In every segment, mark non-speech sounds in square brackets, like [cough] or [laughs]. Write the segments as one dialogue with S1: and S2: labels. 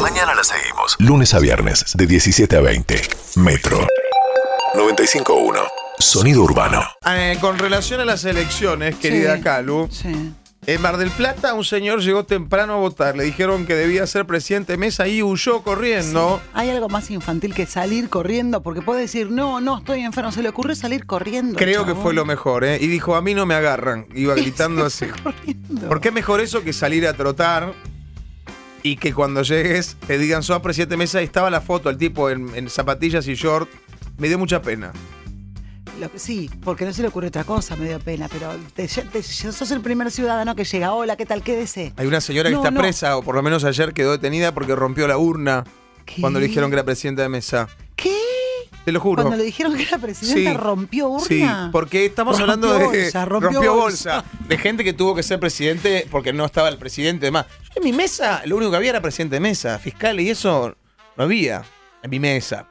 S1: Mañana la seguimos. Lunes a viernes, de 17 a 20. Metro. 95.1. Sonido urbano.
S2: Eh, con relación a las elecciones, querida
S3: Sí.
S2: Calu,
S3: Sí.
S2: en Mar del Plata un señor llegó temprano a votar. Le dijeron que debía ser presidente Mesa y huyó corriendo.
S3: Hay algo más infantil que salir corriendo, porque puede decir, no, no, estoy enfermo. Se le ocurrió salir corriendo.
S2: Creo que
S3: chabón.
S2: fue lo mejor, ¿eh? Y dijo, a mí no me agarran. Iba gritando
S3: [laughs]
S2: así.
S3: Corriendo.
S2: ¿Por qué mejor eso que salir a trotar y que cuando llegues te digan, sos presidente Mesa? Y estaba la foto, el tipo en, en zapatillas y short. Me dio mucha pena.
S3: Lo que- sí, porque no se le ocurre otra cosa, me dio pena, pero te- ya- te- ya sos el primer ciudadano que llega. Hola, ¿qué tal? Quédese.
S2: Hay una señora que
S3: No,
S2: está
S3: no.
S2: presa, o por lo menos ayer quedó detenida porque rompió la urna
S3: ¿Qué?
S2: cuando le dijeron que era presidenta de Mesa.
S3: ¿Qué?
S2: Te lo juro.
S3: Cuando le dijeron que la presidenta
S2: Sí.
S3: rompió urna.
S2: Sí, porque estamos
S3: Rompió
S2: hablando de
S3: bolsa, rompió bolsa.
S2: de gente que tuvo que ser presidente porque no estaba el presidente más. Yo en mi mesa, lo único que había era presidente de mesa, fiscal y eso no había en mi mesa.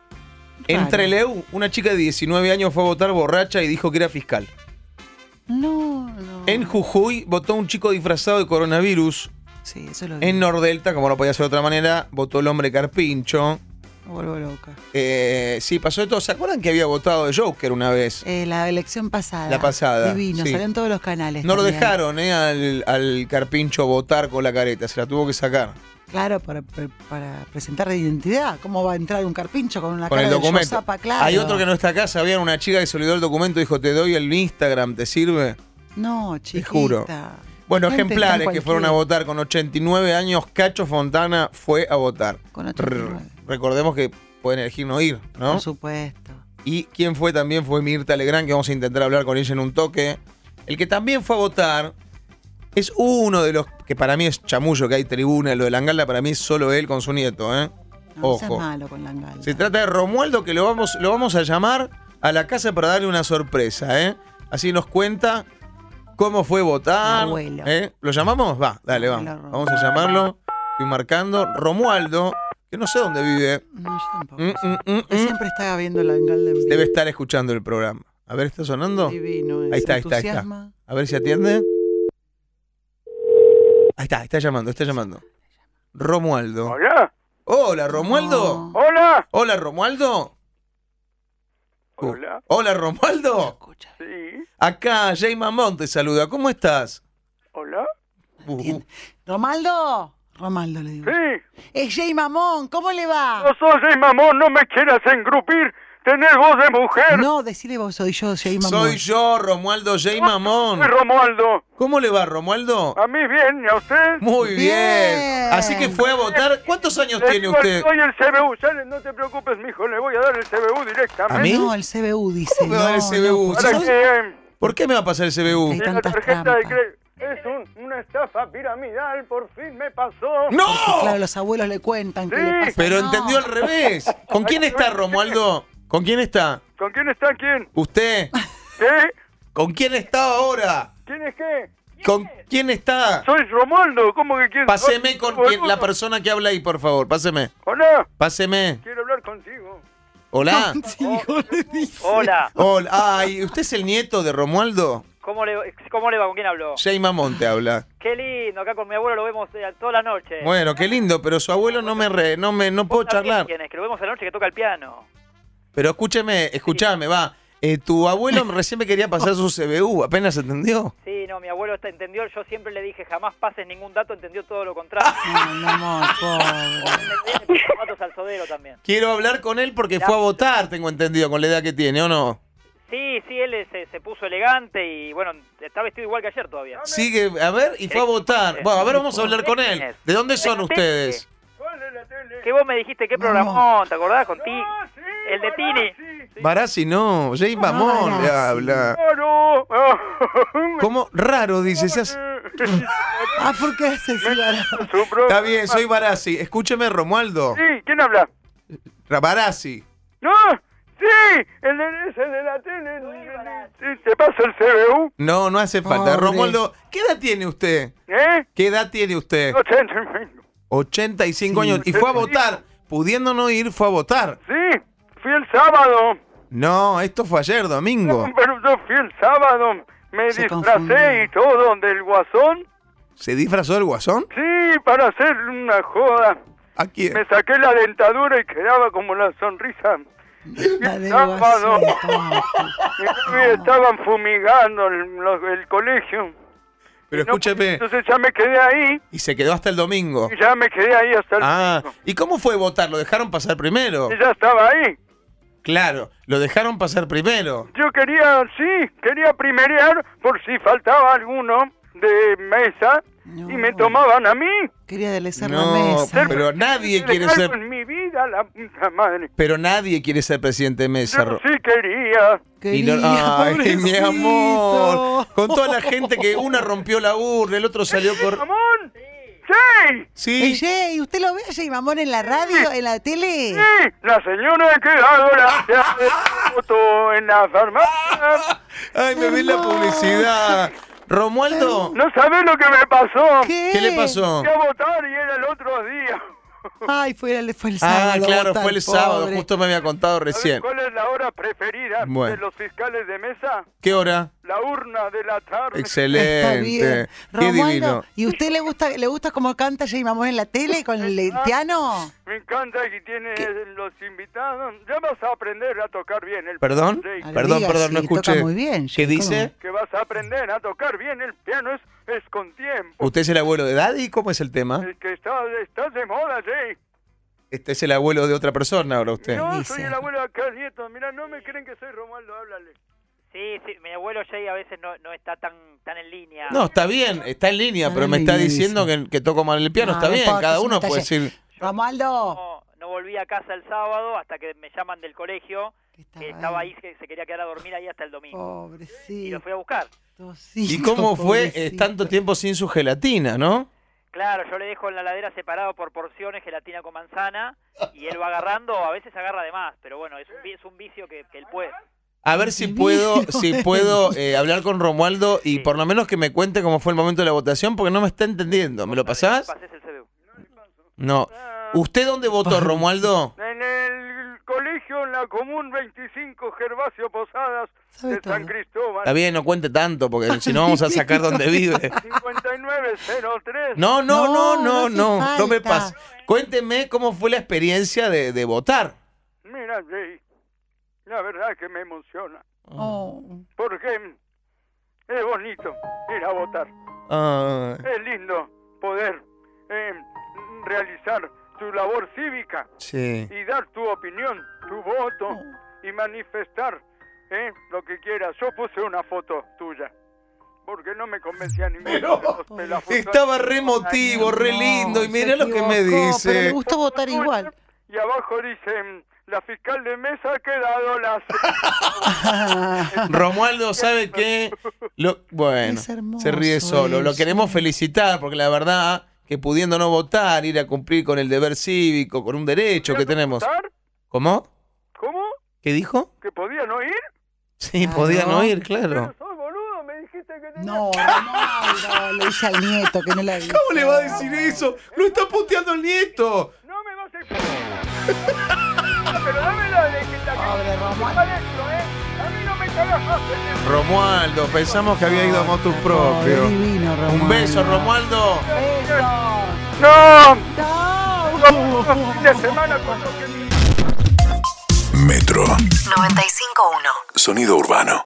S2: En
S3: Claro.
S2: Treleu, una chica de 19 años fue a votar borracha y dijo que era fiscal.
S3: No, no.
S2: En Jujuy votó un chico disfrazado de coronavirus.
S3: Sí, eso lo vi.
S2: En Nordelta, como no podía ser de otra manera, votó el hombre carpincho.
S3: Me vuelvo loca.
S2: Eh, sí, pasó de todo. ¿Se acuerdan que había votado de Joker una vez?
S3: Eh, la elección pasada.
S2: La pasada,
S3: Divino,
S2: sí.
S3: salió en todos los canales.
S2: No lo
S3: también.
S2: dejaron eh, al, al carpincho votar con la careta, se la tuvo que sacar.
S3: Claro, para, para- para presentar la identidad. ¿Cómo va a entrar un carpincho con una
S2: Con
S3: cara
S2: el documento.
S3: de Yosapa, claro?
S2: Hay otro que no está acá, sabían una chica que se olvidó el documento, dijo, te doy el Instagram, ¿te sirve?
S3: No, chiquita.
S2: juro. Bueno,
S3: Gente
S2: ejemplares
S3: tan
S2: que fueron a
S3: cualquiera.
S2: votar con 89 años, Cacho Fontana fue a votar.
S3: Con 89.
S2: Re- recordemos que pueden elegir no ir, ¿no?
S3: Por supuesto.
S2: Y quien fue también fue Mirta Legrand, que vamos a intentar hablar con ella en un toque. El que también fue a votar es uno de los que para mí es chamullo, que hay tribuna, lo de Langalda para mí es solo él con su nieto, ¿eh?
S3: No seas
S2: Ojo.
S3: malo con Langalda.
S2: Se trata de Romualdo, que lo vamos, lo vamos a llamar a la casa para darle una sorpresa, ¿eh? Así nos cuenta cómo fue votar.
S3: Abuelo.
S2: ¿eh? ¿Lo llamamos? Va, dale, vamos.
S3: Abuelo Romualdo.
S2: Vamos a llamarlo. Estoy marcando. Romualdo, que no sé dónde vive.
S3: No, yo tampoco.
S2: Mm, mm, mm,
S3: Yo
S2: mm.
S3: Siempre estaba viendo Langalda en vivo.
S2: Debe estar escuchando el programa. A ver, ¿está sonando?
S3: Divino.
S2: Ahí
S3: ese
S2: está, ahí está, ahí está.
S3: entusiasma.
S2: A ver si atiende. Ahí está, está llamando, está llamando. Romualdo.
S4: Hola,
S2: Hola, Romualdo.
S3: No.
S4: hola,
S2: Hola, Romualdo. Uh,
S4: hola,
S2: Hola, Romualdo.
S3: Escucha,
S4: sí,
S2: Acá, Jay Mamón te saluda. ¿Cómo estás?
S4: hola,
S2: Uh,
S3: entiende. Romaldo. Romaldo le digo.
S4: sí.
S3: Es Jay Mamón, ¿cómo le va?
S4: No soy el mamón, no me quieras engrupir. Tenés voz de mujer.
S3: No, decile vos, soy yo, Jay Mamón.
S2: uh, soy yo, Romualdo Jay Mamón.
S4: Soy Romualdo.
S2: ¿Cómo le va, Romualdo?
S4: A mí bien, ¿y a usted?
S2: Muy bien.
S3: Bien.
S2: Así que fue a votar. ¿Cuántos años
S4: Le
S2: tiene
S4: digo,
S2: usted?
S4: Soy el CBU, sale, no te preocupes, mijo, le voy a dar el CBU
S2: ¿A
S4: directamente.
S2: mí?
S3: No, el CBU dice.
S2: ¿Cómo me va a dar el
S3: no,
S2: CBU?
S3: no,
S4: Para
S2: ¿Sos-
S4: que eh,
S2: ¿Por qué me va a pasar el CBU?
S3: Hay
S4: de la
S3: tantas
S4: tarjeta de
S3: trampas.
S4: crédito. Es un- una estafa piramidal, por fin me pasó.
S3: Claro,
S2: ¡No!
S3: los abuelos le cuentan que
S4: Sí.
S3: le pasa.
S2: Pero
S3: Ah, No.
S2: entendió al revés. ¿Con quién está, Romualdo? ¿Con quién está?
S4: ¿Con quién está quién?
S2: ¿Usted?
S4: ¿Qué?
S2: ¿Con quién está ahora?
S4: ¿Quién es qué?
S2: ¿Con quién está?
S4: Soy Romualdo, ¿cómo que quién?
S2: Páseme con quien- la
S4: persona.
S2: persona que habla ahí, por favor. Páseme.
S4: Hola,
S2: Páseme.
S4: quiero hablar contigo.
S2: Hola.
S5: Oh.
S3: Contigo le dice.
S5: Hola,
S2: Hola. Ay, ¿usted es el nieto de Romualdo?
S5: ¿cómo le, cómo le va? ¿Con quién hablo?
S2: Jay Mamón te habla.
S5: Qué lindo, acá con mi abuelo lo vemos eh, toda la noche.
S2: Bueno, qué lindo, pero su abuelo no me re- no me no puedo
S5: ¿Sabés
S2: charlar.
S5: quién es? Que lo vemos a la noche que toca el piano.
S2: Pero escúcheme, escúchame, va. Eh, tu abuelo recién me quería pasar su CBU, apenas entendió.
S5: Sí, no, mi abuelo está- entendió, yo siempre le dije jamás pases ningún dato, entendió todo
S2: [laughs]
S5: lo contrario.
S3: No, no, amor, pobre.
S5: Me tiene por zapatos al sodero también.
S2: Quiero hablar con él porque fue a votar, tengo entendido, con la edad que tiene, ¿o no?
S5: Sí, sí, él eh, se, se puso elegante y bueno, está vestido igual que ayer todavía.
S2: Sigue, a ver, y fue a votar. Bueno, a ver, vamos a hablar con él. ¿De dónde son ustedes?
S4: ¿Cuál es la tele?
S5: Que vos me dijiste qué programón, ¿te acordás? Con ti.
S4: Ah, sí,
S5: El de
S4: Barassi. Sí.
S2: Barassi no,
S4: Ah,
S2: Jay Mamón le habla.
S4: Claro. Ah,
S2: ¿Cómo? Raro, dice. se hace-
S3: Ah, ¿por qué se
S5: [laughs]
S3: cigarro?
S4: [laughs] Su pro-
S2: Está bien, soy Barassi. Escúcheme, Romualdo.
S4: Sí, ¿quién habla?
S2: Barassi.
S4: ¡No! ¡Sí! El de, ese de la tele. Sí, ¿Te pasa el CBU?
S2: No, no hace falta.
S3: Pobre.
S2: Romualdo, ¿qué edad tiene usted?
S4: ¿Eh?
S2: ¿Qué edad tiene usted?
S4: No te entiendo.
S2: 85 años. Y fue a votar. Pudiendo no ir, fue a votar.
S4: Sí, fui el sábado.
S2: No, esto fue ayer, domingo.
S4: Pero yo fui el sábado. Me
S3: Se
S4: disfracé y
S3: confundió.
S4: todo del guasón.
S2: ¿Se disfrazó el guasón?
S4: Sí, para hacer una joda.
S2: ¿A quién?
S4: Me saqué la dentadura y quedaba como la sonrisa.
S3: La de
S4: Sábado.
S3: Guasón, toma.
S4: Y estaban fumigando el, los- el colegio.
S2: Pero
S4: No,
S2: escúchame,
S4: entonces ya me quedé ahí,
S2: y se quedó hasta el domingo.
S4: y ya me quedé ahí hasta el
S2: Ah,
S4: domingo.
S2: ¿y cómo fue votar? ¿Lo dejaron pasar primero?
S4: Y ya estaba ahí.
S2: Claro, lo dejaron pasar primero.
S4: Yo quería, sí, quería primerear por si faltaba alguno de mesa y me
S3: No.
S4: tomaban a mí.
S3: Quería delecer la
S2: No,
S3: mesa.
S2: pero nadie
S4: Yo
S2: quiere
S4: algo
S2: ser...
S4: En mi vida, la puta madre.
S2: Pero nadie quiere ser presidente de mesa.
S4: Yo
S2: Ro-
S4: sí quería.
S2: Y no- [laughs]
S3: Quería,
S2: ay, mi
S3: pobrecito.
S2: amor. Con toda la gente que una rompió la urna, el otro salió corriendo.
S4: ¡Ramón! ¡Sí!
S3: Eh,
S2: Sí,
S3: Jay, ¿usted lo ve a Jay Mamón en la radio, en la tele?
S4: ¡Sí! La señora que ahora se hace foto en la farmacia.
S2: [laughs] ay, me vi la publicidad. Romualdo,
S4: No sabés lo que me pasó.
S3: ¿Qué?
S2: ¿qué le pasó?
S4: Fui a votar y era el otro día.
S3: Ay, fue el, fue el sábado.
S2: Ah, claro,
S3: votar,
S2: fue el sábado,
S3: pobre.
S2: justo me había contado
S4: ¿Sabés
S2: recién.
S4: ¿Cuál es la hora preferida
S2: Bueno.
S4: de los fiscales de mesa?
S2: ¿Qué hora?
S4: La urna de la tarde.
S3: Está bien.
S2: Excelente. Qué
S3: Romualdo,
S2: divino.
S3: ¿y usted le gusta le gusta cómo canta Jay Mamón en la tele con el piano?
S4: Ah, Me encanta que tiene los invitados. Ya vas a aprender a tocar bien el
S2: ¿Perdón?
S4: Sí,
S3: Al
S2: Perdón,
S3: día,
S2: perdón, no
S3: sí, toca
S2: escuché.
S3: muy bien,
S2: ¿Qué
S3: sí,
S2: dice?
S4: Que vas a aprender a tocar bien el piano es, es con tiempo.
S2: ¿Usted es el abuelo de Daddy? ¿Cómo es el tema?
S4: Es que estás está de moda, Jay.
S2: Este es el abuelo de otra persona ahora usted.
S4: Yo
S3: dice?
S4: soy el abuelo de Carl Nieto. Mirá, no me creen que soy Romualdo, háblale.
S5: Sí, sí, mi abuelo Jay a veces no, no está tan, tan en línea.
S2: No, está bien, está en línea,
S3: Está
S2: pero
S3: en
S2: me está
S3: línea,
S2: diciendo que, que toco mal el piano.
S3: No,
S2: está
S3: no
S2: bien,
S3: importa,
S2: cada
S3: es un
S2: uno puede
S3: detalle.
S2: decir.
S3: [laughs] Romualdo.
S5: No, no volví a casa el sábado hasta que me llaman del colegio.
S3: Que
S5: que estaba ahí, que se quería quedar a dormir ahí hasta el domingo. Y lo
S3: Pobrecito.
S5: fui a buscar.
S2: ¿Y cómo fue eh,
S3: pobrecito.
S2: tanto tiempo sin su gelatina, no?
S5: Claro, yo le dejo en la ladera separado por porciones gelatina con manzana y él va agarrando, a veces agarra de más, pero bueno, es un, vi- es un vicio que, que él puede.
S2: A ver si
S3: Divino,
S2: puedo,
S3: [laughs]
S2: si
S3: eh.
S2: puedo eh, hablar con Romualdo y
S5: Sí.
S2: por lo menos que me cuente cómo fue el momento de la votación, porque no me está entendiendo. ¿Me lo pasás?
S5: Pases el CDU.
S2: No. ¿Usted dónde votó, Romualdo?
S4: En el colegio, en la Común 25, Gervasio Posadas,
S3: Sabe
S4: de San
S3: todo.
S2: Está
S4: Cristóbal.
S2: bien, no cuente tanto, porque si no vamos a sacar donde vive. [laughs]
S4: 5903.
S2: No, no, no, no,
S3: No, no
S2: no,
S3: hace
S2: no, me
S3: falta.
S2: pasa. Cuénteme cómo fue la experiencia de, de votar.
S4: Mira, Jay. La verdad que me emociona.
S3: Oh.
S4: Porque es bonito ir a votar.
S2: Ah,
S4: Es lindo poder eh, realizar tu labor cívica
S2: sí.
S4: y dar tu opinión, tu voto
S3: Oh.
S4: y manifestar eh, lo que quieras. Yo puse una foto tuya porque no me convencía ninguno de los pelafutones.
S2: Estaba re emotivo, re
S3: No,
S2: lindo, y
S3: se
S2: mirá lo que me
S3: equivocó, Pero le
S2: dice.
S3: gustó votar igual.
S4: [laughs] Y abajo dicen, la fiscal de mesa ha
S2: [laughs]
S4: quedado las...
S2: [laughs]
S3: Ah,
S2: Romualdo, ¿sabe qué? Lo, bueno,
S3: Es hermoso
S2: se ríe solo. Lo
S3: eso.
S2: queremos felicitar, porque la verdad que pudiendo no votar, ir a cumplir con el deber cívico, con un derecho que tenemos.
S4: ¿Votar?
S2: ¿Cómo?
S4: ¿Cómo?
S2: ¿Qué dijo?
S4: ¿Que podía no ir?
S2: Sí,
S3: Claro.
S2: podía no ir, claro.
S4: Pero sos boludo, me dijiste que tenía...
S3: No, Romualdo, le dice al nieto que no le avisó.
S2: ¿Cómo le va a decir eso? ¡Lo está puteando el nieto!
S4: No me vas a explicar. [laughs] Pero dame la de que la
S3: Pobre Romualdo.
S4: para esto, ¿eh? A mí no me cagas más. pendejo.
S2: Romualdo, pensamos que había ido a motus propio.
S3: Pobre divino, Romualdo.
S2: Un beso, Romualdo.
S3: Beso.
S4: No,
S3: Chau.
S4: no, fin de semana con lo que mi
S1: Metro.
S6: 95.1.
S1: Sonido urbano.